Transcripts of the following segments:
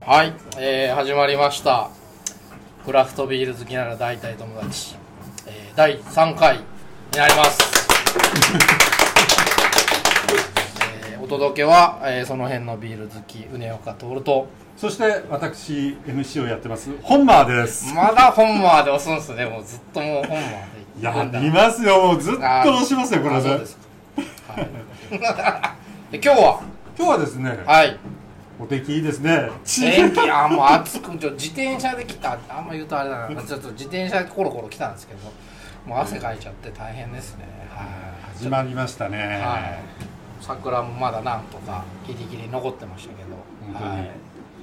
はい、えー、始まりましたクラフトビール好きなら大体友達、えー、第3回になります、えー、お届けは、えー、その辺のビール好き畝岡徹とそして私 MC をやってます本間ですまだ本マーで押すんですねもうずっともう本マーでいやりますよもうずっと押しますよこれあねそうですか、はい、 で今日は今日はですね、はいお天気いいですね天気あもう暑くちょ自転車で来たあんま言うとあれだなちょっと自転車でコロコロ来たんですけどもう汗かいちゃって大変ですねはい始まりましたね、はい桜もまだなんとかギリギリ残ってましたけ本ど、当にはい、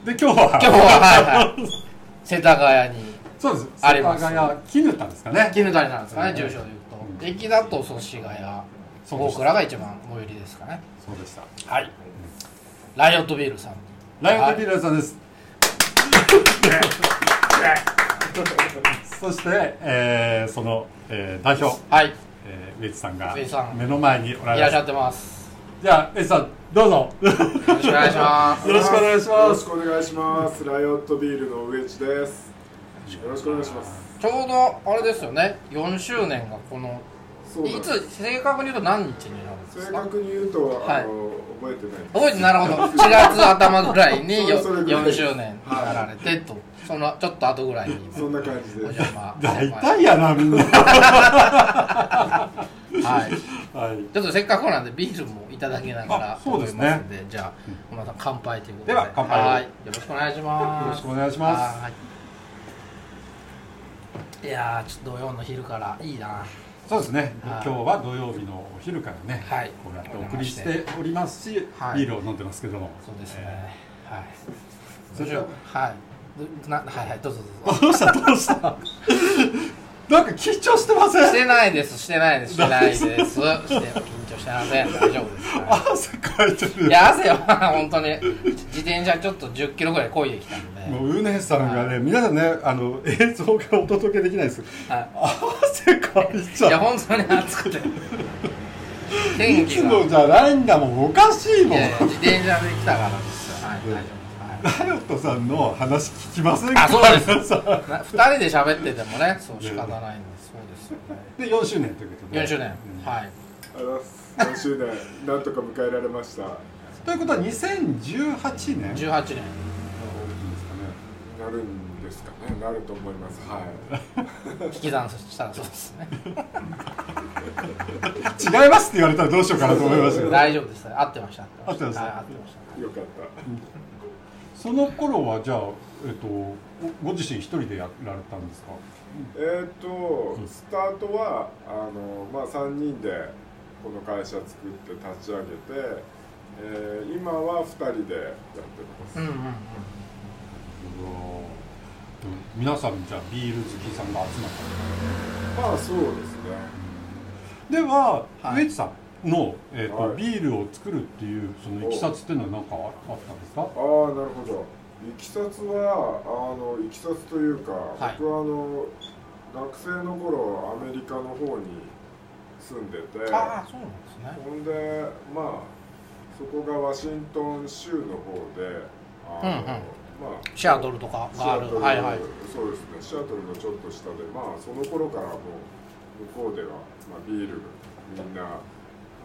で今日は今日は、はいはい、世田谷にそうですあります世田谷絹田ですかね絹谷なんですかねうん住所でうん言うと駅だと祖師ヶ谷そうで大す倉が一番最寄りですかねそうでしたはいライオットビールさんライオンテビーラーさんです、そして、えーその、えー代表、はいえー、ウエツさんがウエツさん目の前におらいれらまっすしゃってますじゃあウエツさんどうぞよよろしくお願いしますろしくお願いしよまろすしくお願いします。ライオットビールの上地です。よろしくお願いします。 ちょうどあれですよね4周年がこのそうなんいですつ正確に言うと何日になるんです正か確に言うと、はいあの覚えてないです。覚えてなるほど4月頭ぐらいによ それそれぐらい4周年やられてとそのちょっと後ぐらいにそんな感じおで邪魔大体やなみんなはいはいちょっとせっかくなんでビールもいただきながらあそうです思ねいますんでじゃあ小村さん乾杯ということででは乾杯はいよろしくお願いしますよろしくお願いしますすいやーちょっと土曜の昼からいいなそうですね、はい今日は土曜日のお昼からね、はいこうやってお送りしておりますし、はいビールを飲んでますけども、そうですねえ。はい。それじゃあはい。なはいはいどうぞどうぞ。ーどうした、どうした、なんか緊張してませしん、てないですしてないですしてないです。して緊張してません大丈夫です。は汗かいている、いや汗は本当に自転車ちょっと10キロぐらい漕いできたんで。もううねさんがね、皆さんね、あの映像がお届けできないです、は汗かいい。ちいやゃう、本当に暑くて。い天気つが。のじゃないんだもん、おかしいいもん、やいやラ自転車で来たからですよ。はい大丈夫です。はいイオットさんの話聞きませんあそうです皆さな二人で喋っててもね、そう仕方ないんです。そうですよね。んで、4周年ということで、 4周年うん。はい。ありがとうございます。3周年、なんとか迎えられました。なということは、2018年ですかね18年。るんですかね。なると思います。はい。引き算したらそうですね違いますって言われたらどうしようかなと思いましたけど大丈夫でした合ってました合ってましたはい合ってましよかった。その頃はじゃあ、えっと、ごご自身一人でやられたんですかえっ、と、スタートはあのまあ三人でこの会社作って立ち上げて、えー今は二人でやってます。たうんうんうん皆さんじゃあビール好きさんが集まったまあそうですね。では、はいウエッツさんの、えっとはいビールを作るっていうそのいきさつっていうのは何かあったんですかああなるほどいきさつはあのいきさつというか、はい僕はあの学生の頃アメリカの方に住んでてああそうなんですねほんでまあそこがワシントン州の方であうんの、うんまあシアトルとかシがアあトルるの、はいはいそうですねシアトルのちょっと下でまあその頃からもう向こうでは、まあ、ビールみんなも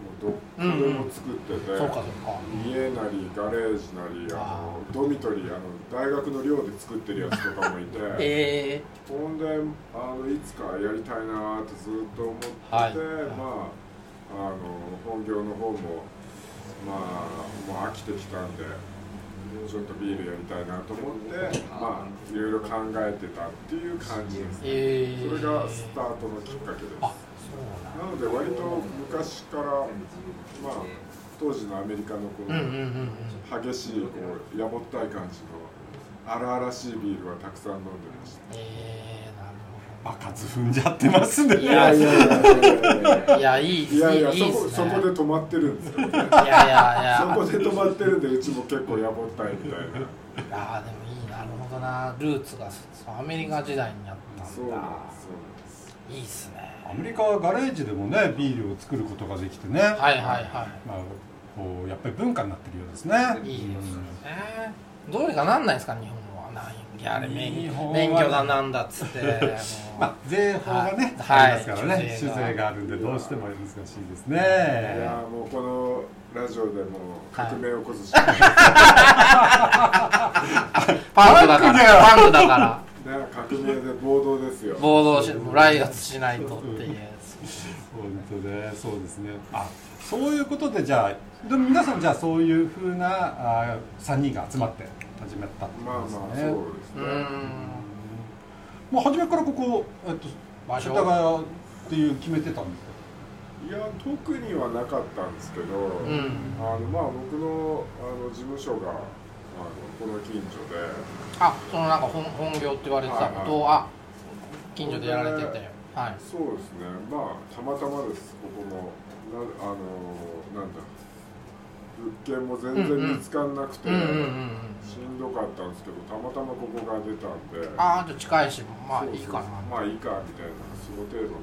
うどこでも作ってて、そうかそうか家なりガレージなりあのドミトリーあの大学の寮で作ってるやつとかもいて えほんであのいつかやりたいなーってずっと思ってて、はいまああの本業の方もまあもう飽きてきたんでちょっとビールやりたいなと思ってまあいろいろ考えてたっていう感じですー、ね、えー、それがスタートのきっかけですあそうなんなので割と昔から、まあ、当時のアメリカのこうんうんうのん激しいこうやぼったい感じの荒々しいビールはたくさん飲んでました。えー、なるバカず踏んじゃってますねいやいやいやほどいやいいいやいやいいいいそこですそねこで止まってるんですよ、ね、いやいやいやそこで止まってるんでうちも結構やぼったいみたい なあーでもいいなるほどなルーツがそうアメリカ時代にあったんだそうなんですそうなんですいいっすねアメリカはガレージでもねビールを作ることができてね、はいはいはまあ、こうやっぱり文化になってるようですねいいいですよねどうにかなんないですか日本はないやあれ免日本は免許だなんだっつって もうまあ、税法がね、はいありますからはいね、酒税があるんで、どうしても難しいですね。いやーもうこのラジオでもう革命を起こ すしかない、パンクだからパンクだか らだから革命で暴動ですよ暴動し来月しないとっていう 本当ね、そうですね。あ、そういうことで、じゃあ、でも皆さん、じゃあ、そういうふうな、あ、三人が集まって始めたってまあこまあとそうでですすね。ねうーんもう初めからここ、えっと、場世所田谷っていう決めてたんですか。いや特にはなかったんですけど、うんあのまあ僕のあの事務所があのこの近所であそのなんか本本業って言われてたことを、あ近所でやられててはいそうですねまあたまたまですここもなあのなんだ物件も全然見つかんなくて、うんうんうんうんしんどかったんですけどたまたまここが出たんでああじゃあ近いしまあそうそういいかなまあいいかみたいなその程度なんです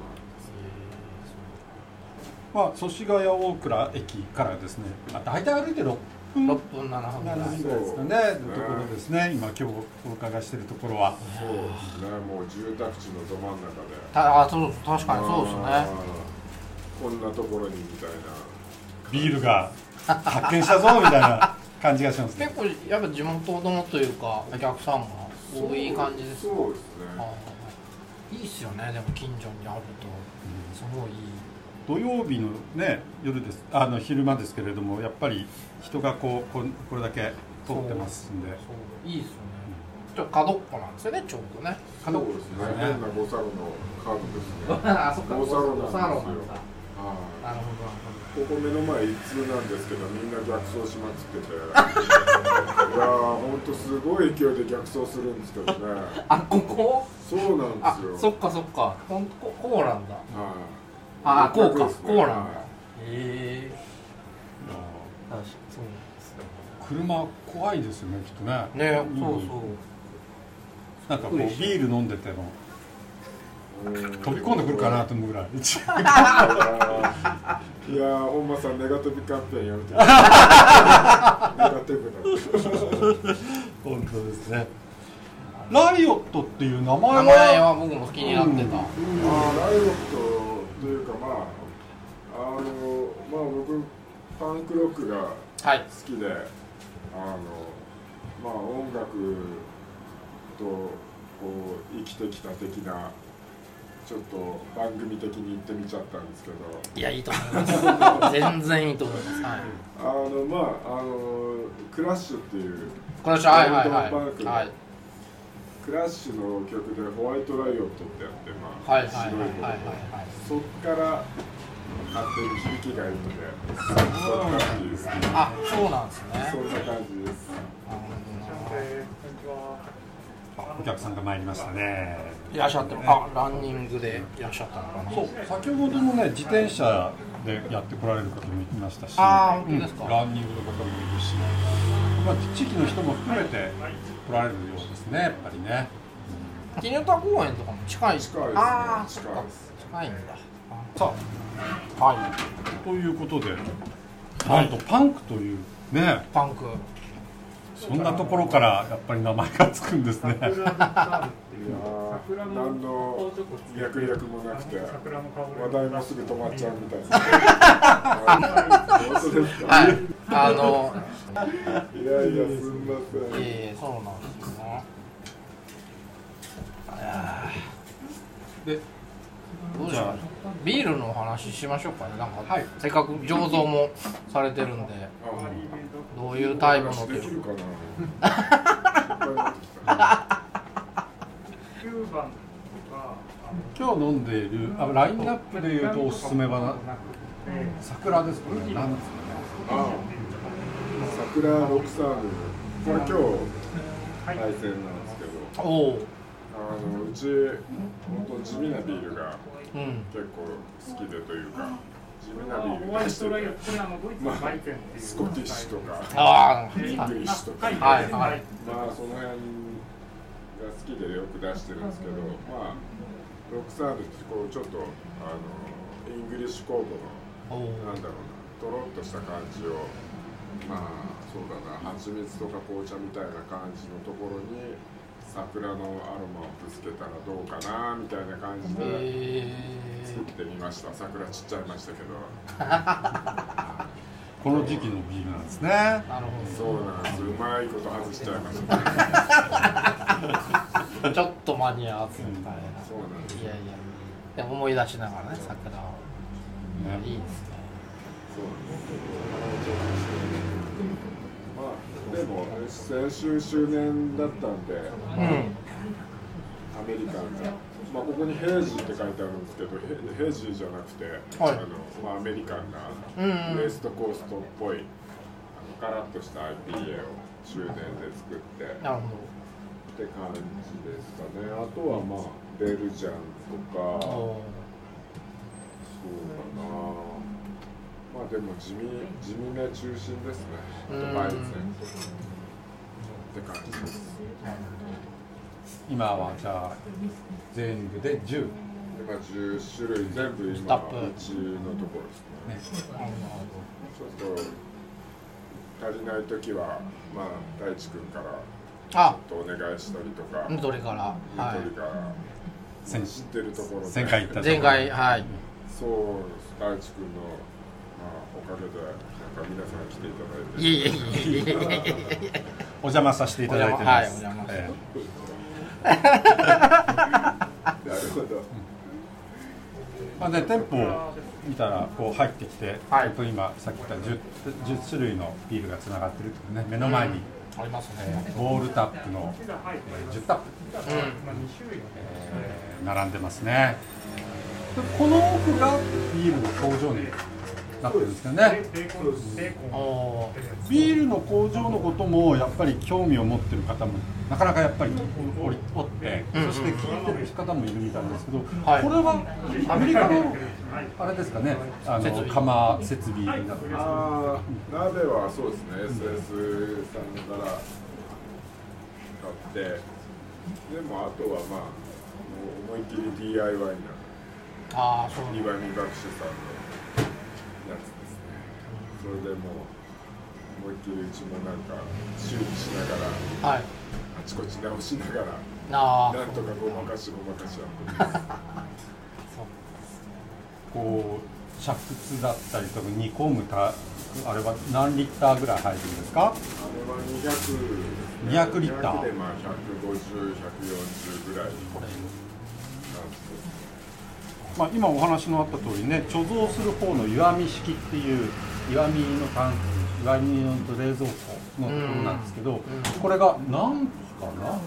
まあ、祖師ヶ谷大倉駅からですね。まあ、大体歩いて六分。 6分7分ぐらい7分ぐらいですかね。というところですね。今、今日お伺いしているところは。そうですねもう住宅地のど真ん中でたあそう確かにそうですまあねこんなところにみたいなビールが発見したぞみたいな感じがしますね結構やっぱ地元のというかお客さんが多い感じですかそうですねはいいいっすよねでも近所にあるとすごいいい土曜日のね夜ですあの昼間ですけれどもやっぱり人がこうこんこれだけ通ってますんでそういいっすよねちょっと角っこなんですよねちょうどねそうですね角変なゴサロのカードです ねあそゴサロなんですよサロなんだはないるほここ目の前一通なんですけどみんな逆走しま くってていやーほんとすごい勢いで逆走するんですけどねどあここそうなあんですそっよかそっかほんとここうなんだはいあこうかですねこうなんだはへえ確かにそうなんであすねー車怖いですよねきっとねね、んそうなんかこうビール飲んでてもいうん飛び込んでくるかなと思うぐらいいやー本間さんネガティブキャンペーンやめてくだ さいネガティブだ本当ですねライオットっていう名前そうは名前は僕も気になってた、まあ、ライオットというかまああのまあ僕パンクロックがはい好きであのまあ音楽とこう生きてきた的なちょっと番組的に言ってみちゃったんですけどいやいいと思い ます全然いいと思いますはいあのまああのクラッシュっていうこれははいはいはライトアップいバはいークラッシュの曲でホワイトライオットってやってまあ、はいはいはいはい白いものはいそっから勝手に響きがいいのでそっからっていうそんなあそうなんですね感じですあお客さんが参りましたねいらっしゃってるあランニングでいらっしゃったのかなそう先ほどのね自転車でやってこられる方もいましたしあー本当ですかうんランニングの方もいるし、まあ、地域の人も含めて来られるようですねやっぱりねキニタ公園とかも近い近いですねああそっ近かいです近いんださあはいあということでなんとパンクというねパンクそんなところからやっぱり名前がつくんですねいやー何の脈略もなくて話題もすぐ止まっちゃうみたいなあ本当ですか、 はいあのい、やいやすんませんええそうなんですねでどうしましょうビールのお話しましょうかねなんか、せっかく醸造もされてるんであもうどういうタイプの話といできるうかな心配になってきた今日飲んでいるあラインナップでいうとおすすめはな桜ですかね何ですかねあ桜ロクサーヌこれ今日対戦なんですけおどおあのうち本当地味なビールがうん結構好きでというか地味なビールが好きでススコティッシュとかあイングリッシュとかまはいはいあその辺が好きでよく出してるんですけどまあロクサーヌってこうちょっとあのイングリッシュコードのあおおなんだろうなとろっとした感じをまあそうだな蜂蜜とか紅茶みたいな感じのところに桜のアロマをぶつけたらどうかなみたいな感じでえ作ってみました桜散っちゃいましたけどこの時期のビールなんですねー、なるほそうなんですうまいこと外しちゃいましたどねちょっとマニア集めたいそうなんですな、いやいやで思い出しながらね桜をねいいですねそうなんですまあでも先週周年だったんでうんアメリカンが、まあ、ここにヘイジーって書いてあるんですけどヘヘイジーじゃなくて、あのまあ、アメリカンなうんうんウエストコーストっぽいあのカラッとした IPA を終年で作ってってなるほ感じですかねあとはまあベルジャンとかどそうおだなまあでも地味地味な中心ですねうん都会ですねって感じです今はじゃあ全部で10、ね、今10種類全部ス今タッフうちのところですーねなるほちょっと足りない時は、まあ、大地君からどあちょっとお願いしたりとか、ニトリからはニトリから先知ってるところで前回行ったい前回はいそうです大地君の、まあ、おかげでなんか皆さん来ていただいていえいえいえいえいえお邪魔させていただいてますお邪魔はいおえ邪えなるほどまあね、店舗を見たらこう入ってきて、はいちょっと今さっき言った 10, 10種類のビールがつながってるっていうね目の前に、ありますねえーボールタップの、えー10タップ、えー並んでますねでこの奥がビールの工場になってるんですけどねうんおービールの工場のこともやっぱり興味を持ってる方もなかなかやっぱりおりおって、うんそして聞いてる方もいるみたいなんですけど、はいこれはアメリカのあれですかねあ設の備釜設備になってますねあー鍋はそうですね SS さんから買ってでもあとはまあもう思いっきり DIY なああそう二番二学士さんのやつですねそれでもう思いっきりうちもなんか修理しながらはいあちこち直しながらなあなんとかごまかしごまかしやってますこう煮沸だったりとか煮込むたあれは何リッターぐらい入るんですかあれは200 200リッター200でまあ150140ぐらいなんこれですまあ、今お話のあった通りね貯蔵する方の弱み式っていう弱みのタンク弱みの冷蔵庫のところなんですけど、これが何個かな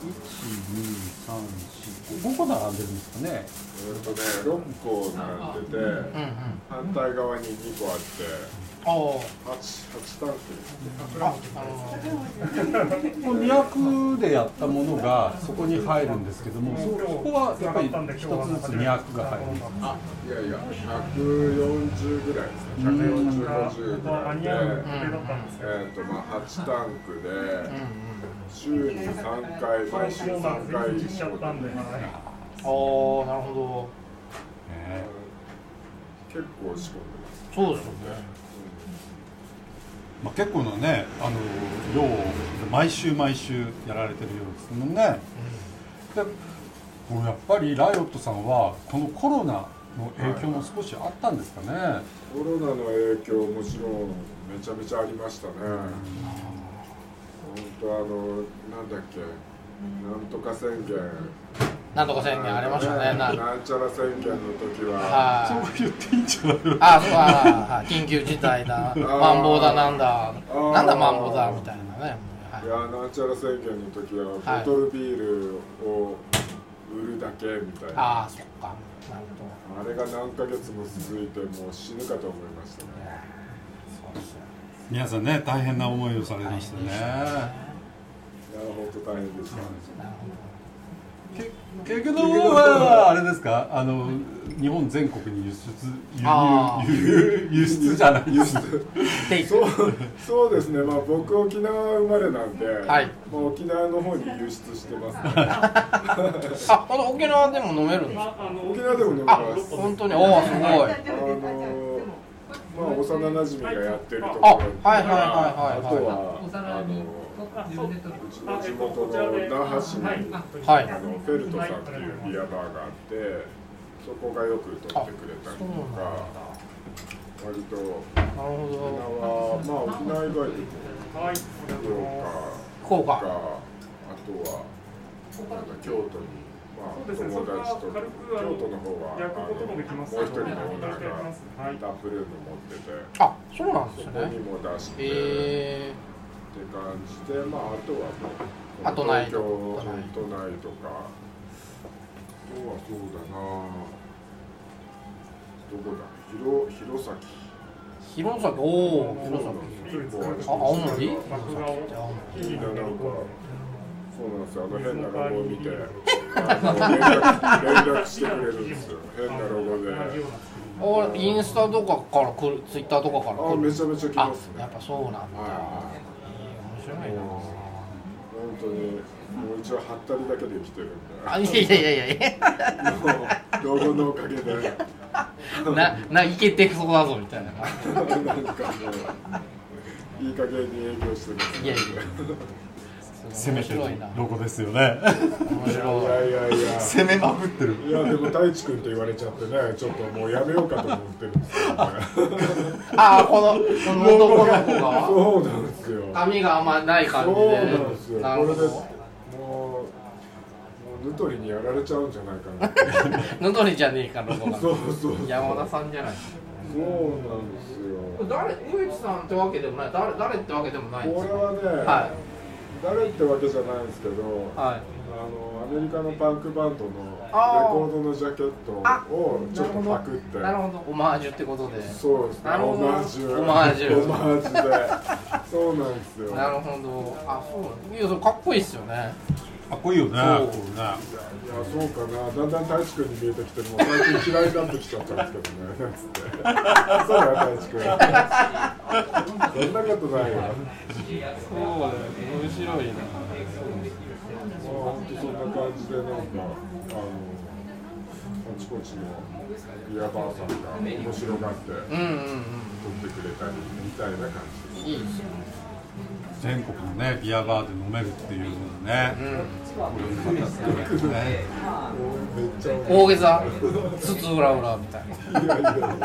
12345個並んでるんですかねうんとね、6個並んでて、うんうん反対側に2個あって、おー8、8タンクですね。ああのーこの200でやったものがそこに入るんですけどもそそこはやっぱり1つずつ200が入るんですあいやいや、140ぐらいですね。140、50ぐらいで、えっ、と、まあ、8タンクで、週に3回、毎週3回、おーなるほね結構仕込んでます。どそうですよねまあ、結構なね、あの量を毎週毎週やられてるようですもんね。で、こうやっぱりライオットさんはこのコロナの影響も少しあったんですかね。コロナの影響もちろんめちゃめちゃありましたね。本当あのなんだっけ、なんとか宣言。なんとか宣言ありましたねなはいなんちゃら宣言の時は。あ言っていいんじゃない。そうあー緊急事態だマンボウだなんだーなんだマンボウだみたいなねはいいやなんちゃら宣言の時ははいボトルビールを売るだけみたいな、ああそっかなるほどあれが何ヶ月も続いてもう死ぬかと思いましたねそうですよね皆さんね、大変な思いをされましたね。いや本当大変でした、なるほどけ結局はあれですか、あの日本全国に輸あ出ー輸入輸入輸出じゃないです。テイクそうそうですねまあ僕沖縄生まれなんで、いまあ、沖縄の方に輸出してますねあこの沖縄でも飲めるんですか沖縄でも飲みあます本当におおすごいあのまあ、幼なじみがやってるところあはいはいはいはいあとはお皿にあ自分で取るのうちの地元の那覇市に、はいあのフェルトさんっていうビアバーがあってそこがよく取ってくれたりとか割となるほど沖縄まあ沖縄以外でもはい、福岡福とかあ岡とはなんだ京都に、まあ、そうですね友達とそこから軽くあの京都の方はあ焼くこともできのもうます一人のオーナーがはいタップルーム持っててあそうなんですそこにねも出して。えって感じで、まあ、あとはもうあ都内東京都内都内とかあとはそうだなどこだ広弘前ー、弘前おお弘前あ青森弘前って青森いいななんかそうなんですよあの変なロゴを見てあの連絡連絡してくれるんですよ変なロゴであインスタとかから来るツイッターとかからあ来るめちゃめちゃ来あますねやっぱそうなんだ、はえー面白いな本当にもう一応ハったりだけで生きてるんであいやいやいやい やも うロゴのおかげで。なないけてそうだぞみたいななんかもういい加減に営業してますいやいや攻めてる面白いなロゴですよね面い白やいいやいや攻めまくってるいやでも太一君と言われちゃってねちょっともうやめようかと思ってるんですよ、ね、ああこのこの男の子が そうなんですよ髪があんまない感じでそうなんですよなこるれほでどもうもうヌトリにやられちゃうんじゃないかなってのどりじゃねえかロゴがそうそうそう山田さんじゃないそうなんですよ誰上地さんってわけでもない誰誰ってわけでもないんでこすれよはね、は誰ってわけじゃないんですけど、いはいあのアメリカのパンクバンドのレあーコードのジャケットをちょっとパクってなるほどオマージュってことでそうですねなるほオどマージュオマージュオマージュでそうなんですよなるほどあそういやそれかっこいいっすよねかっこいいよねそうこれねいやそうかなだんだん太一君に見えてきてもう最近嫌いになってきちゃったんですけどねなんつってそうだよ太一君そんなことないよそうだね面白いなもう本当そんな感じでなんかあのあちこちのビアバーさんが面白がって撮うんうんってくれたりみたいな感じうんいいですよ全国のねビアバーで飲めるっていうのはうね、んこれよかったですねめっちゃ面白い大げさつ裏裏みたいないやいやいや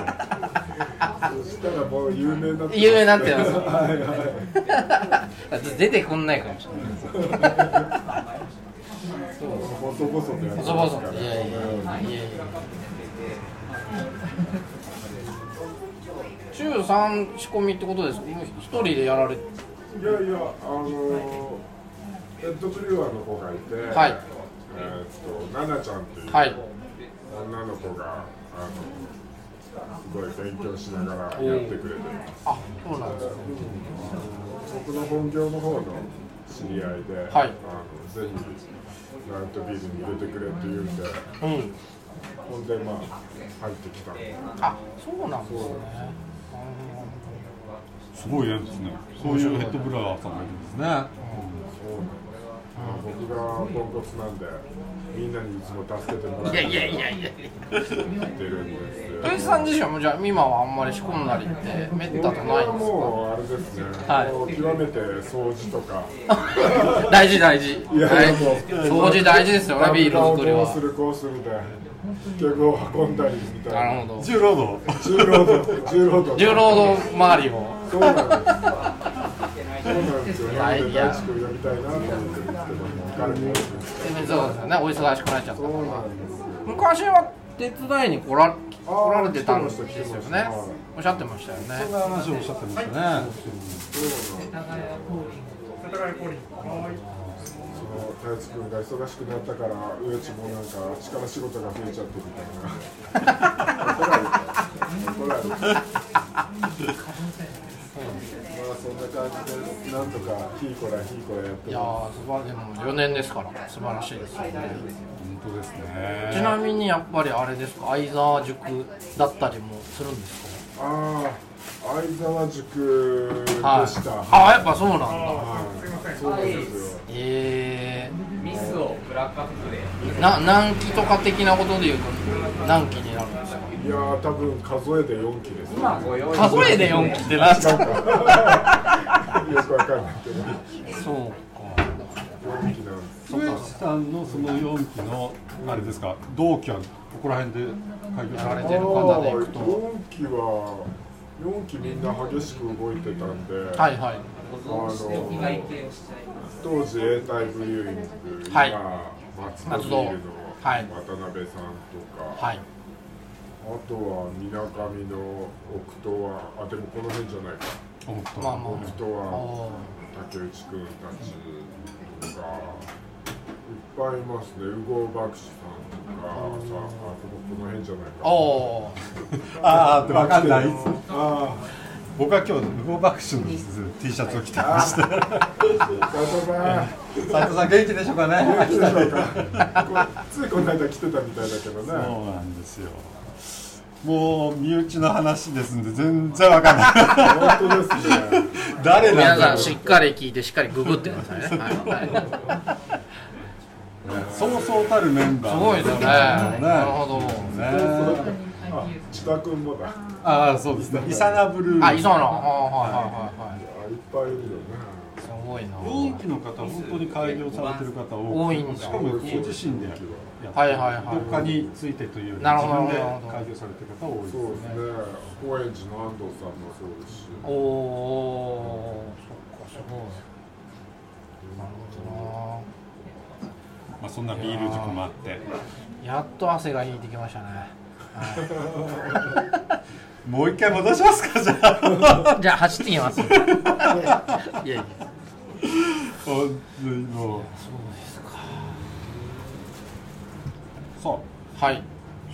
そしたらもう有名になってます有名になってますはいはいだって出てこんないかもしれない細々とやって細ま々すからといやいやうんいやいや中三仕込みってことですもう一人でやられいやいやあのレッドブリュワーの子がいてはいえーっとナナちゃんっていうはい女の子があのすごい勉強しながらやってくれてますあそうなんですね僕の本業の方の知り合いで、はいあのぜひナイトビーズに入れてくれって言うんでうんほんでまあ入ってきたんであそうなんですねすごい縁ですねそういうヘッドブラワーさんがいるんですねそうなんですまあ僕がポンコツなんでみんなにいつも助けてもらいやえいやいやいやてるんですよ豊洲さん自身はもうじゃあ今はあんまり仕込んだりってめったとないんですかもうあれですね、はいもう極めて掃除とか、大事大事いや大事もう掃除大事ですよねビール作りどうすはるこうするで、客を運んだりみたいな、なるほど重労働重労働、重労働、重労働周りをそうなんです、そうなんですよ、なのでいや大地君呼びたいなと思ってるんですけど、もう彼によくそうですよねお忙しくなっちゃったそうなんですよ、昔は手伝いに来らあー来られてたんですよ来てました来てまねしたおっしゃってましたよねそんな話をおっしゃってましたね、そうなんですよお互いポリンはいその太一君が忙しくなったから、上地もなんか、力仕事が増えちゃってみたいな、怒られた、怒られた。まあそんな感じで、なんとかひいこらひいこらやっいてやまー素晴らでも4年ですから素晴らしいですよね本当ですちなねみにやっぱりあれですか相沢塾だったりもするんですかす。ああ、相沢塾でした。はいはああやっぱそうなんだあーすいませんい、そうなんですよ。えミスをブラックアップでー、な何期とか的なことでいうと何期になるんですかいやー多分数えで4期です、ね、今ご用意数えで4期ってなっちゃうよくわかんないけどそうか4期なんで植地さんのその4期のあれですか同期はここら辺で開業さやられれててるる方方で行くと4期は4期みんな激しく動いてたんで、はいはい保存してお会計をしちゃいます当時 A タイブユーイング今、はい松戸ビールのはい渡辺さんとか、はいあとはみなかみの奥戸はあでもこの辺じゃないか思ったまあま奥戸はおー竹内くんたちとかいっぱいいますね羽毛博士さんとかさあこここの辺じゃないかおーあーってわかんないあ僕は今日無謀爆笑の T シャツを着てました斎あ佐藤さん藤さん元気でしょうかね来てたのかこついこの間来てたみたいだけどそうねなんですよもう身内の話ですんで全然わか んない本当ですね誰な皆んださんろしっかり聞いてしっかりググってくださいね、はうそうそうたるメンい、バーすごいですねなるほどねあ千田君もだああそうですねイサナブルーあ磯野あーはいはいはいはいあいっぱいいるよねすごいな4期の方本当に開業されてる方多多いんだしかもご自身でやってはいはいはいどっかについてというよりなる自ほど分でなるほど開業されてる方多いですねそうですね高円寺の安藤さんもそうですしおおそっかすごいなるほまあそんなビール事故もあってどなやっと汗が引いてきましたね、はもう一回戻しますかじゃあい、 じゃあ走ってきます いやいや本当にもうそうですかさあはい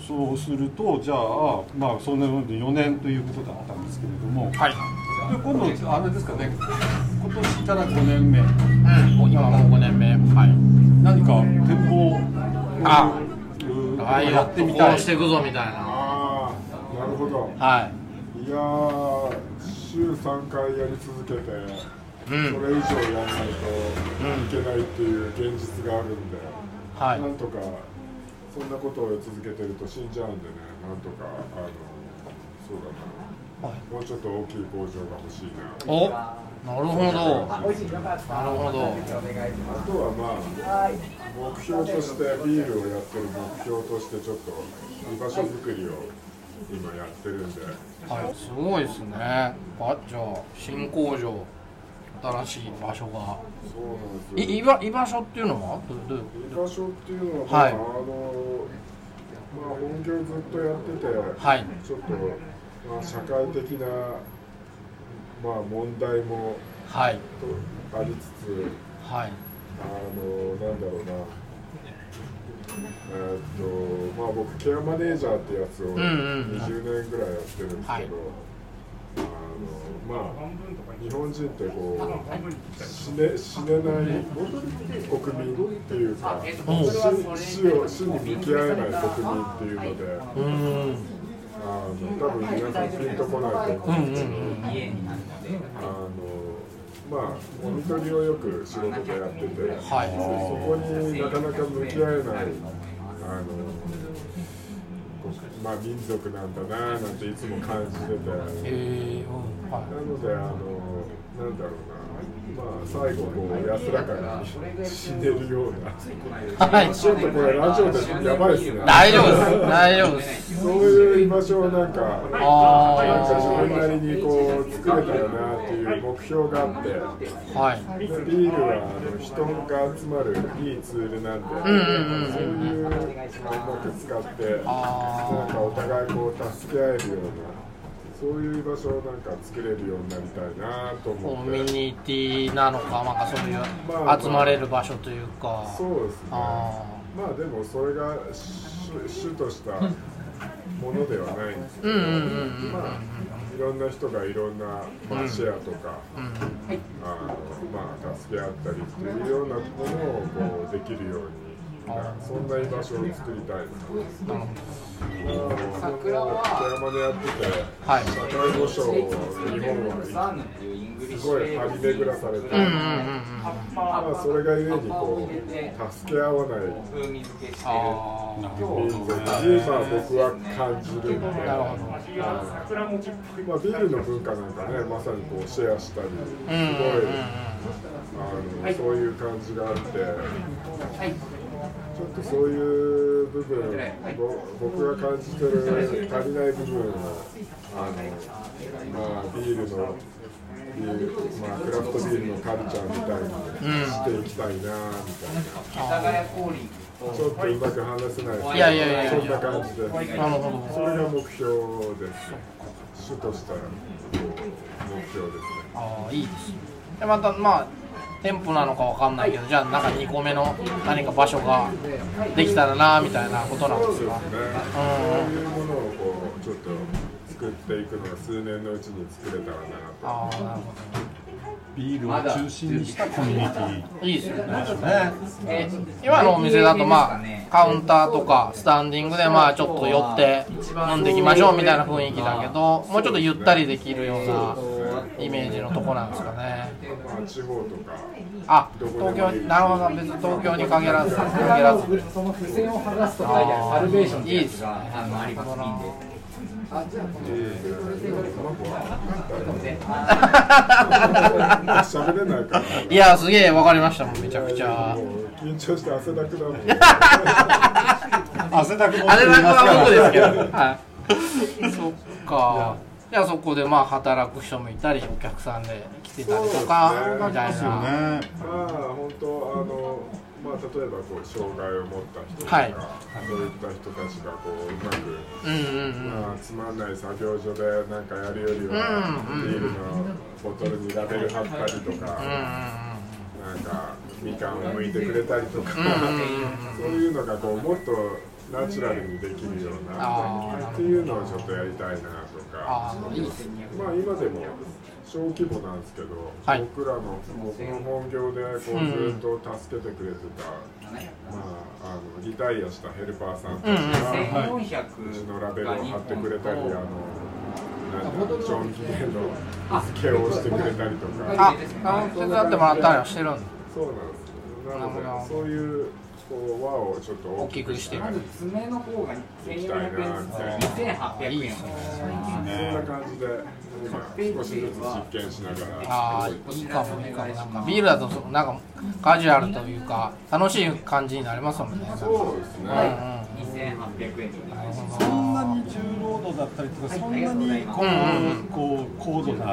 そうするとじゃあまあそんなので4年ということだったんですけれどもではい今度あれですかね今年から5年目うんお今もう5年目はい何か展望あうんああいうやってみたこいうしていくぞみたいなああなるほどはいやー週3回やり続けてうそれ以ん上やらないといけないっていう現実があるんで、はいなんとかそんなことを続けてると死んじゃうんでねなんとかあのそうだな、はいもうちょっと大きい工場が欲しいなあおなるほど美味しいよかったなるほどお願いしまとはまあ目標としてビールをやってる目標としてちょっと居場所作りを今やってるんではい、すごいですね。あ、じゃあ新工場、新しい場所が。そうなんですよい、居場居場所っていうのはどどういう居場所っていうのは、はいあのまあ本業ずっとやってて、はいちょっと、まあ、社会的な、まあ、問題もはいとありつつはいあのなんだろうなえーっとまあ僕ケアマネージャーってやつをんうんうん20年ぐらいやってるんですけど、はいあのまあ半分とか日本人ってこう半分に切ったり死ね死ねない国民っていうかうん死死を死に向き合えない国民っていうので。うーんあの多分皆さんピンとこないとうんう思うんんうですけど、んす家になるのであのまあモニトリをよく仕事でやってて、はいそこになかなか向き合えないあのまあ民族なんだななんていつも感じてて、えー、うんはなのであのなんだろうなまあ最後こう安らかに死ねるような。はいちょっとこれラジオでやばいっすね。い。大丈夫です。大丈夫です。そういう居場所をなんか、あーなんか自分なりにこう作れたらなっていう目標があって。はい。ビールはあの人が集まるいいツールなんで、んうんそういうのをうまく使って、あーなんかお互いこう助け合えるような、そういう居場所をなんか作れるようになりたいなとコ思っミュて、ニティなのか、なんかそういう集まれる場所というか。そうですね、まああでもそれが主主としたものではないんですけあ。うんど、うんうんうんまあ、いろんな人がいろんな、まあ、シェアとか。うん。あのまあ助け合ったりっていうようなものをこうできるようにそんな居場所を作りたいなるほ桜は山でやっててどはい社会保障を日本はすごい張り巡らされてうんうんうんうんまあそれがゆえにこう助け合わない風味付けしてるあなるほ民ど族っていうのはね僕は感じるんで、なるほど味が桜餅っぽいまあ、ビールの文化なんかねまさにこうシェアしたりすごあういんうんうんうんあのそういう感じがあって。ちょっとそういう部分、ぼ僕が感じてる足りない部分を、あのまあ、ビールの、ビールまあ、クラフトビールのカルチャーみたいにしていきたいなみたい世田谷コーリングな、ちょっとうまく話せないですけどいやいやいやいやそんな感じで、うんなるほどそれが目標です、主とした目標ですね。ああいいですねでまたまあ店舗なのかわかんないけどじゃあなんか2個目の何か場所ができたらなみたいなことなんそうでですすねが。そういうものをこうちょっと作っていくのが数年のうちに作れたらなと。ああなるほビールを中心にしたコミュニティどいいですよねなんでしょうねえ今のお店だとまあカウンターとかスタンディングでまあちょっと寄って飲んでいきましょうみたいな雰囲気だけどもうちょっとゆったりできるようなイメージのとこなんですかねまあ、地方とかあ東京になるほど別に東京に限らず限桜らず のその付箋を剥がすと書いてあるサルベーションってやつがあのありますんで喋れないからいやすげえわかりましたもんめちゃくちゃもう緊張して汗だくだもん汗だく持っあてれいまなすんかは僕ですけどからはいそっかじゃあそこでまあ働く人もいたりお客さんで来てたりとかそうですねみたいですよなねまあ本当あのまあ例えばこう障害を持った人とか、はいそういった人たちがこううまくうんうんうんまあ、つまんない作業所でなんかやるよりは、うんうんビールのボトルにラベル貼ったりとうか、んうんなんかみかんを剥いてくれたりとか、うんうんそういうのがこうもっとナチュラルにできるようあなーっていうのをちょっとやりたいなとかああいいですねまあ今でも小規模なんですけど、はい僕らの僕の本業でこうずっと助けてくれてた、まあ、あのリタイアしたヘルパーさんたちが。んうち1400のラベルを貼ってくれたり、あの、がなんだ賞味期限の付けをしてくれたりとか、あ直接会ってもらったりはしてるんだそうなんですよ。ななるのほで、そういうこう輪をちょっと大きくして、大まず爪の方が1400円ずつ2800円をそんなね感じで、今少しずつ実験しながら、ああいいかもいいかもなんかビールだとそのなんかカジュアルというか楽しい感じになりますもんねなんかそうですね。 2800円になりますそんなに重労働だったりとか、そんなにこうんうこう高度な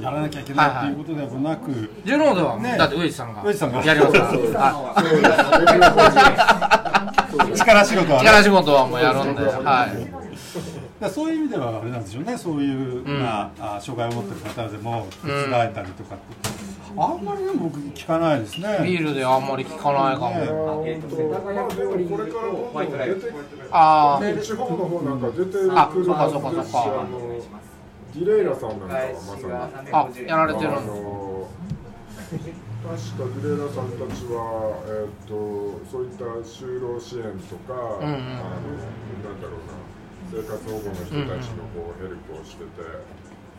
やらなきゃいけないっていうことでもなく、ジュノードは、ねだって上地さんが上地さんがやりますからそうですはそうです。僕い力仕事はね、ら力仕事はもうやるんではいだからそういう意味ではあれなんでしょうね、そういう、んまああ障害を持ってる方でも手伝えたりとかって、あんまりでも僕聞かないですね。ビールではあんまり聞かないかも、ね本当、まあでもこれからどんどん出てああね地方の方なんか出てくるあはずですし、そうかそうかそうかあのディレイラさんなんかはまさに。あやられてるあんだの確かグレーラさんたちは、えっとそういった就労支援とか、うんうんあのなんだろうな生活保護の人たちのこうヘルプをしてて、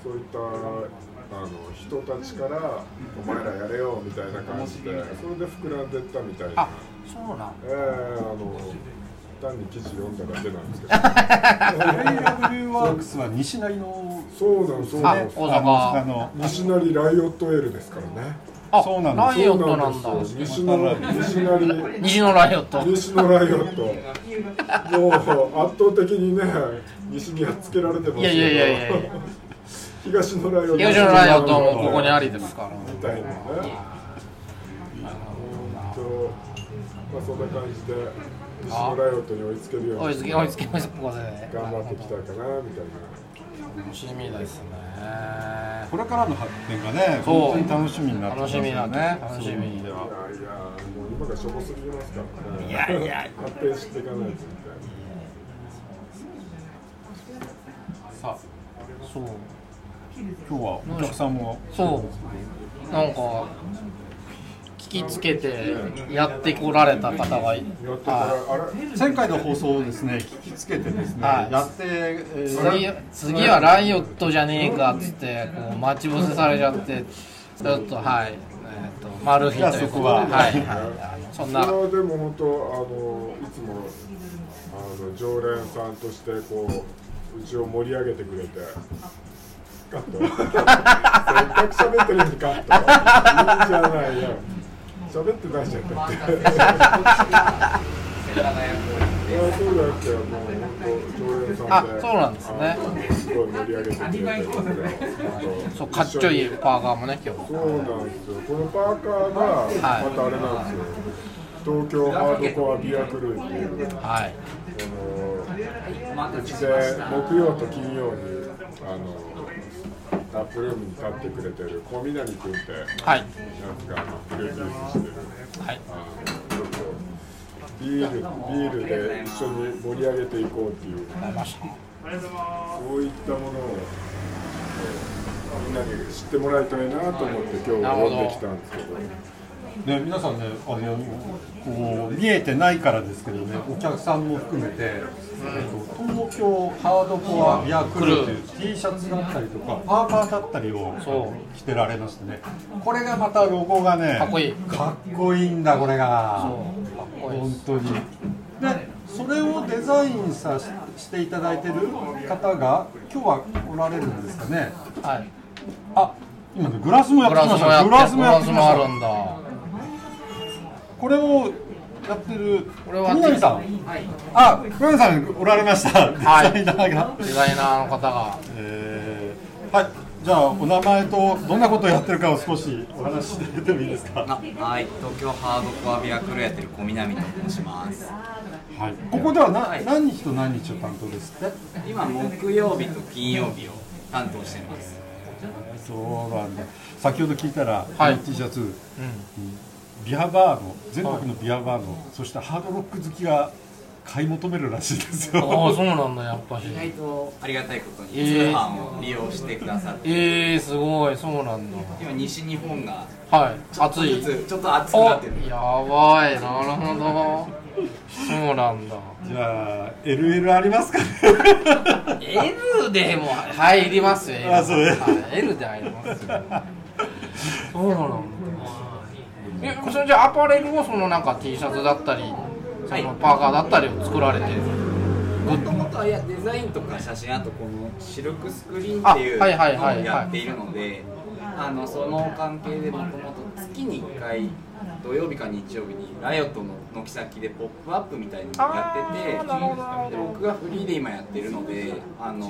そういったあの人たちから「お前らやれよ」みたいな感じでそれで膨らんでったみたいなあ。そうなんええあの単に記事読んだだけなんですけど LW ワークスは西成のそうなんそうあなんです大あ阪の西成ライオットエールですからねあそうなんですライオットなんだそうですよ西の西成西のライオット西のライオットもう圧倒的にね西にやっつけられてますけどいやいやいやいやいや東のライオット東のライオットもここにありですからみたいなね本当まあそんな感じで西のライオットに追いつけるように追いつけ追いつけ追いつけここで頑張っていきたいかなみたいな楽しみですねこれからの発展がね、そう本当に楽しみになってますよね。楽しみだね楽しみそういう意味では。いやいやもう今がしょぼすぎますからねいやいや発展していかないとみたいなさあ、そう今日はお客さんもそうなんか来引きつけてやってこられた方がいやってこれあれ前回の放送をですね聞きつけてですね、はいやって、えー次次はライオットじゃねえかっつってこう待ち伏せされちゃってちょっとはい、えー、とマル秘ということでいやそこははいはい、そんなそれはでも本当あのいつもあの常連さんとしてこううちを盛り上げてくれてカットせっかく喋ってるのにカットいいじゃないよ喋って出しちゃったっていやそうだってもう本当常連さんであそうなんですねあのすごい盛り上げてくれてるんですよそうかっちょいいパーカーもね今日そうなんですよ。このパーカーがまたあれなんですよ。東京ハードコアビアクルーっていうはいあのうちで木曜と金曜にあのタップルームに立ってくれてる小南君ってやはいつがプロデュースしてる。はいあのちょっとビールビールで一緒に盛り上げていこうっていうありましたそういったものを。みんなに知ってもらいたいなと思って今日なるほど持ってきたんですけど。ね、皆さんねあのこう見えてないからですけどねお客さんも含めて、えっと東京ハードコアビアクルーという T シャツだったりとかパーカーだったりをそ着てられましてねこれがまたロゴがねかっこいいかっこいいんだこれそがうかっこいいです本当にでそれをデザインさししていただいてる方が今日はおられるんですかねはいあ今ねグラスもやっグてきラスまもやってしたググララススもやってきまもしあたるんだこれをやってるこれは南さん、あ南さんおられましたはいデザイナーがデザイナーの方がえーはいじゃあお名前とどんなことをやってるかを少しお話ししてもいいですかあはい、東京ハードコアビアクルーやってる小南と申します。はいここではな、何日と何日を担当ですって今木曜日と金曜日を担当してます。そうなんだ先ほど聞いたら、はいこの T シャツ、ビアバーの全国のビアバーの、そしてハードロック好きが買い求めるらしいですよああそうなんだやっぱり意外とありがたいことにえ通ー販を利用してくださって、ええー、すごいそうなんだ今西日本がはいちょっ暑とずいつちょっと暑くおなってる。やばいなるほどそうなんだじゃあ LL ありますかね L でも入りますよ L, あそうねはい L で入りますよそうなんだえそれじゃあアパレルをそのなんか T シャツだったりそはいのパーカーだったりを作られてもともとはいやデザインとか写真あとこのシルクスクリーンあっていうはいはいはいのをやっているのであのその関係でもともと月に1回土曜日か日曜日にライオットの軒先で「ポップアップみたいなのをやっててで僕がフリーで今やってるのであの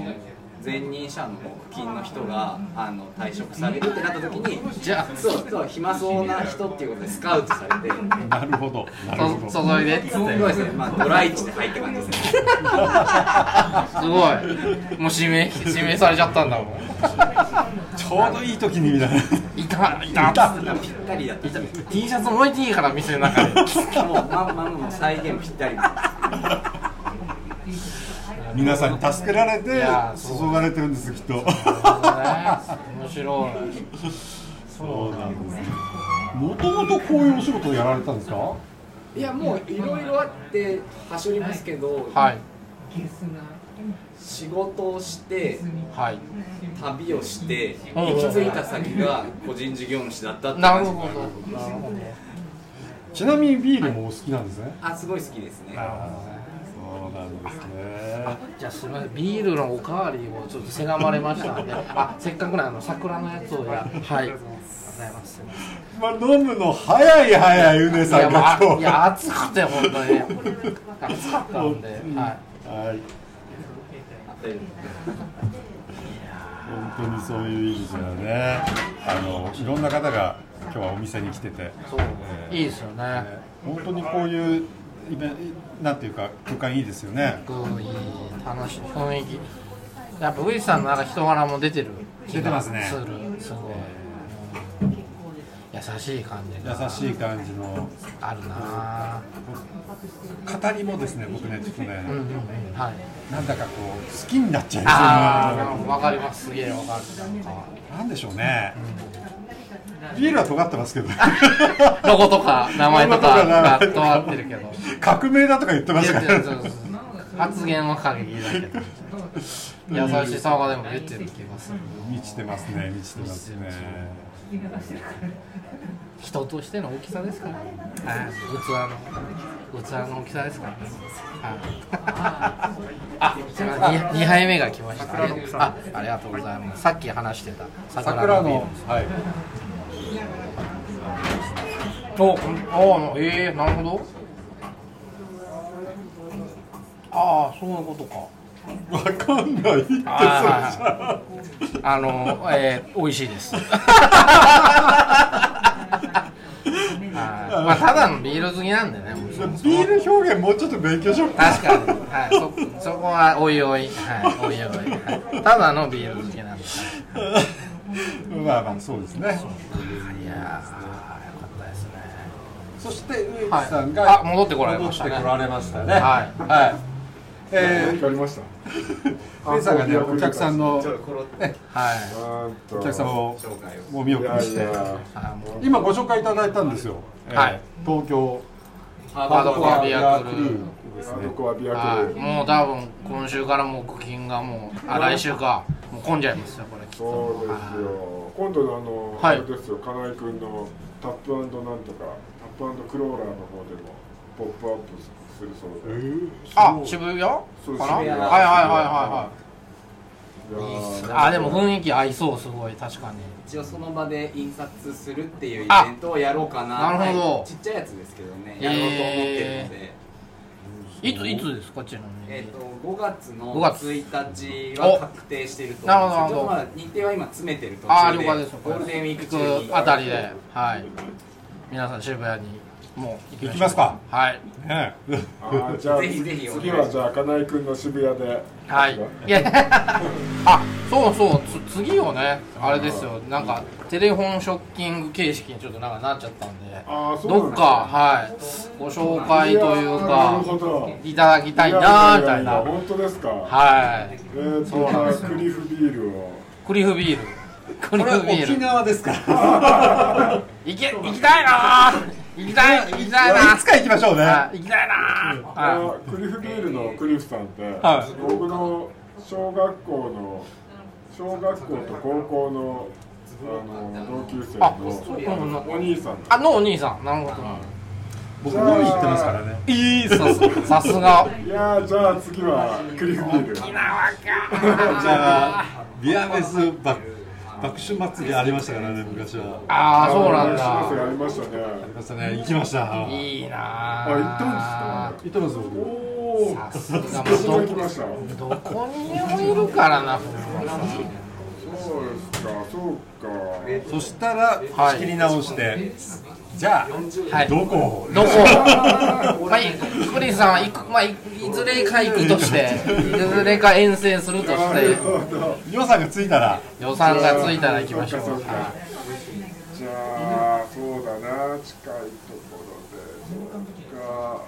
前任者の勤の人があの退職されるってなった時にじゃあそうそう暇そうな人っていうことでスカウトされて。なるほどなるほどそ注いでっつってすごいですね、まあ、ドライチで入って感じですね。すごいもう指名指名されちゃったんだもんちょうどいい時にみたいな。いたいたっつってぴったりだった。 T シャツ燃えていいから店の中 でもうまんまの再現ぴったり皆さんに助けられていやそう注がれてるんですきっと。面白いそうなんです。もともとこういうお仕事をやられたんですか。いやもういろいろあって端折りますけど、はい仕事をしてはい旅をしてうん行き着いた先が個人事業主だったってな感るじほどなるほどちなみにビールもお好きなんですね。あすごい好きですねそうなんですね。じゃあすみませんビールのおかわりをちょっとせがまれましたんであせっかくなんであの桜のやつをやはいありがとうございますまあ飲むの早い早いウネいさや,、んまが今あ、日。いや暑くて本当に暑かったんで、ははい。本当にそういう意味ではね。あのいろんな方が今日はお店に来てて。いそういいですよねね本当にこういうイベンなんていうか空間いいですよね。すごい楽しい雰囲気やっぱウイさんのなんか人柄も出てる気が出てますねするすごい優しい感じが優しい感じのあるな語りもですね僕ねちょっとね、ぁうんうんうんはいなんだかこう好きになっちゃいそあうなあわかりますすげえわかるなんかなんでしょうね、ビールは尖ってますけど ロゴとか名前とかがとわってるけど革命だとか言ってま言しったてからるそうそうそう発言は過激だけど優しさがでも出てる気がする満ちてますね満ちてますね人としての大きさですから、はい、器の器の大きさですから、ね、はいあ二2杯目が来ましたねあありがとうございますさっき話してた桜ビールのはいおああええなるほどああそういうことかわかんないってそれじゃあのえー、美味しいですはいまあただのビール好きなんでねもうそもそもビール表現もうちょっと勉強しよう確かに、はい、そそこはおいおい、はい、おいおい、はい、ただのビール好きなんですまあまあそうですねいやーよかったですねそして植木さんが、はいあ戻ってこられましたね戻ってこられましたねはいはいえわかり ましたー、植木さんがねお客さんのちょっところってはいはいおお客様を紹介をお見送りしてあもう今ご紹介いただいたんですよ、えーはい東京ハバードコアビアククルルーーあとこはビアはクいルもう多分今週からもう木金がもうあ来週かもう混んじゃいますよこれきっそうとですよ今度のあの、はいあれですよ金井君のタップなんとかタップクローラーの方でもポップアップするそうで、あ渋谷かそうな渋はいはいはい谷はいいやはいあでも雰囲気合いそうすごい確かに一応その場で印刷するっていうイあベントをやろうかななるほどはいちっちゃいやつですけどねやろうと思ってるので、いついつですかちなみえにー、と5月5の月1日は確定していると思うんですけど、まあ、日程は今詰めてるとああ了解ですゴールデンウィーク中にあたりではい皆さん渋谷にもう行行きますかはいねあーじゃあぜひぜひ次はじゃあ金井君の渋谷ではいいやいやあそうそうつ次をねあれですよなんかテレフォンショッキング形式にちょっとなんかなっちゃったんであーそうなんどっですかはいご紹介というやーなるほかどいただきたいなーみたいややややな本当ですかはいえーとじゃあクリフビールをクリフビールクリこれはフビ沖ール縄です から。行け行きたいなー行きたい行きたいなーいつか行きましょうね、はい行きたいなーあはいのクリフビールのクリフさんって、はい僕の小学校の小学校と高校のあの同級生あそうなんだのお兄さんあのお兄さんなるほど僕飲みに行ってますからねいいさすさすがいやーじゃあ次はクリフビールじゃあビアフェス爆爆酒祭りありましたからね昔はあああそうなんシナスだやりましたねりましたね行きましたいいあな行ーったんですか行ってます僕おおさすがも私もう行きましたそうどどこにでもいるからな藤本さんですかそうそしたら仕切り直して、じゃあ、はいどこをどこはいクリスさんは行く、まあ、いいずれか行くとしていずれか遠征するとかしなてるほど予算がついたら予算がついたら行きましょうそうかそうかはじゃあそうだな近いところでそうか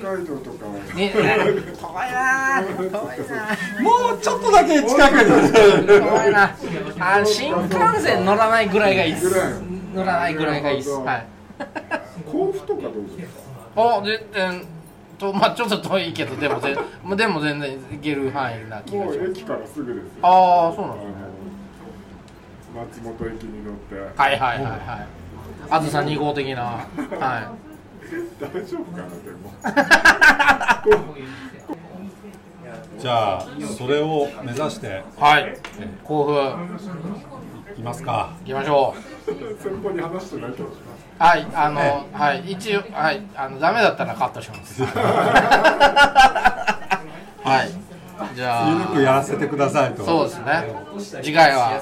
北海道とかいね遠いなー遠いなーもうちょっとだけ近くに怖いなあ新幹線乗らないぐらいがいいっすぐらい乗らないぐらいがいいっすなるほどはい甲府とかどうですかお全然とまあちょっと遠いけどでもぜ んでも全然行ける範囲な気もがしまうす駅からすぐですよああそうなんですねあの松本駅に乗ってはいはいはいはいあずさ2号的なは大丈夫かなでもじゃあそれを目指していはい甲府行いきますかきましょう先方に話してないけどはいあの、はい一応はいあのダメだったらカットしますはいじゃあ緩くやらせてくださいとそうですね次回は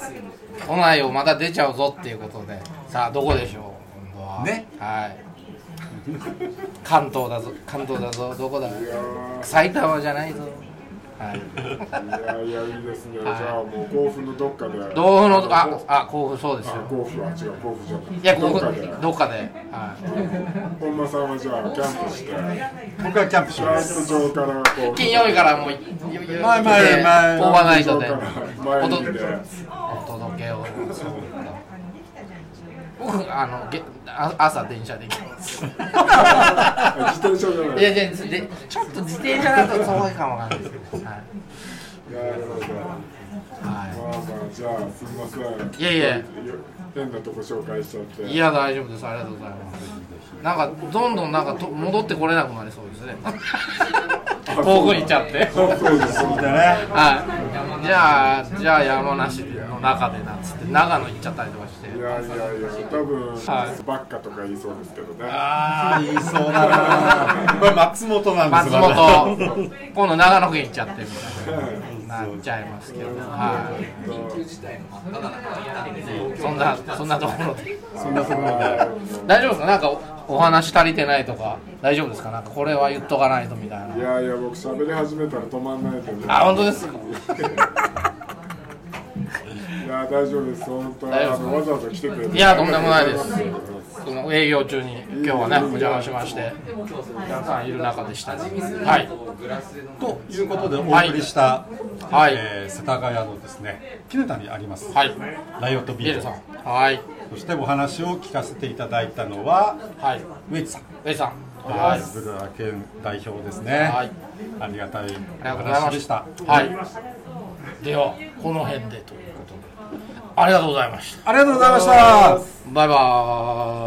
都内をまた出ちゃうぞっていうことでさあどこでしょう今度はねはい関東だぞ関東だぞどこだ埼玉じゃないぞはいいやいやいいですねじゃあもう甲府のどっかで道府のああ甲府そうですあよ甲府は違う甲府じゃないいや甲ど府っかでどっかでは本間さんはじゃあキャンプして僕はキャンプしキャまンプす場からこうい金曜日からもうい前前前オーバーナイト場でから前にでお届けを僕あのげあ朝電車で行き ます。自転車じゃないいやいやでちょっと自転車だと遠いかもわかんないですけど。はいなるほどまあはまあじゃあすみませんい。いやいや変なとこ紹介しちゃっていや大丈夫ですありがとうございます。なんかどんどんなんかと戻ってこれなくなりそう ですね。遠くに行っちゃって。そうですそうだねはい。じゃあじゃあ山梨の中でなっつって長野行っちゃったりとかして。いやいやいや多分ばっかとか言いそうですけどねああ言いそうだなこれ松本なんで松すよ本 今度長野県行っちゃってみたいななっちゃいますけど、はい、緊急事態の真っ只中にいたんでそんなそんなところでそんなところ大丈夫ですかなんかおお話足りてないとか大丈夫ですかなんかこれは言っとかないとみたいないやいや僕喋り始めたら止まんないと思うあ本当ですいや大丈夫です本当大丈夫あのわざわざ来てくれていやとんでもないですその営業中に今日はねお邪魔しまして皆さんいる中でしたねはいということでおはい送りした、はいえー世田谷のですね絹田にあります、はいライオットビビーールルさんはいそしてお話を聞かせていただいたのははい植木さんエイさんは、はいいブルー県代表ですね、はいありがたいおありがとうございま話でしす。たはい。では、この辺でということで。ありがとうございました。ありがとうございましたバイバーイ。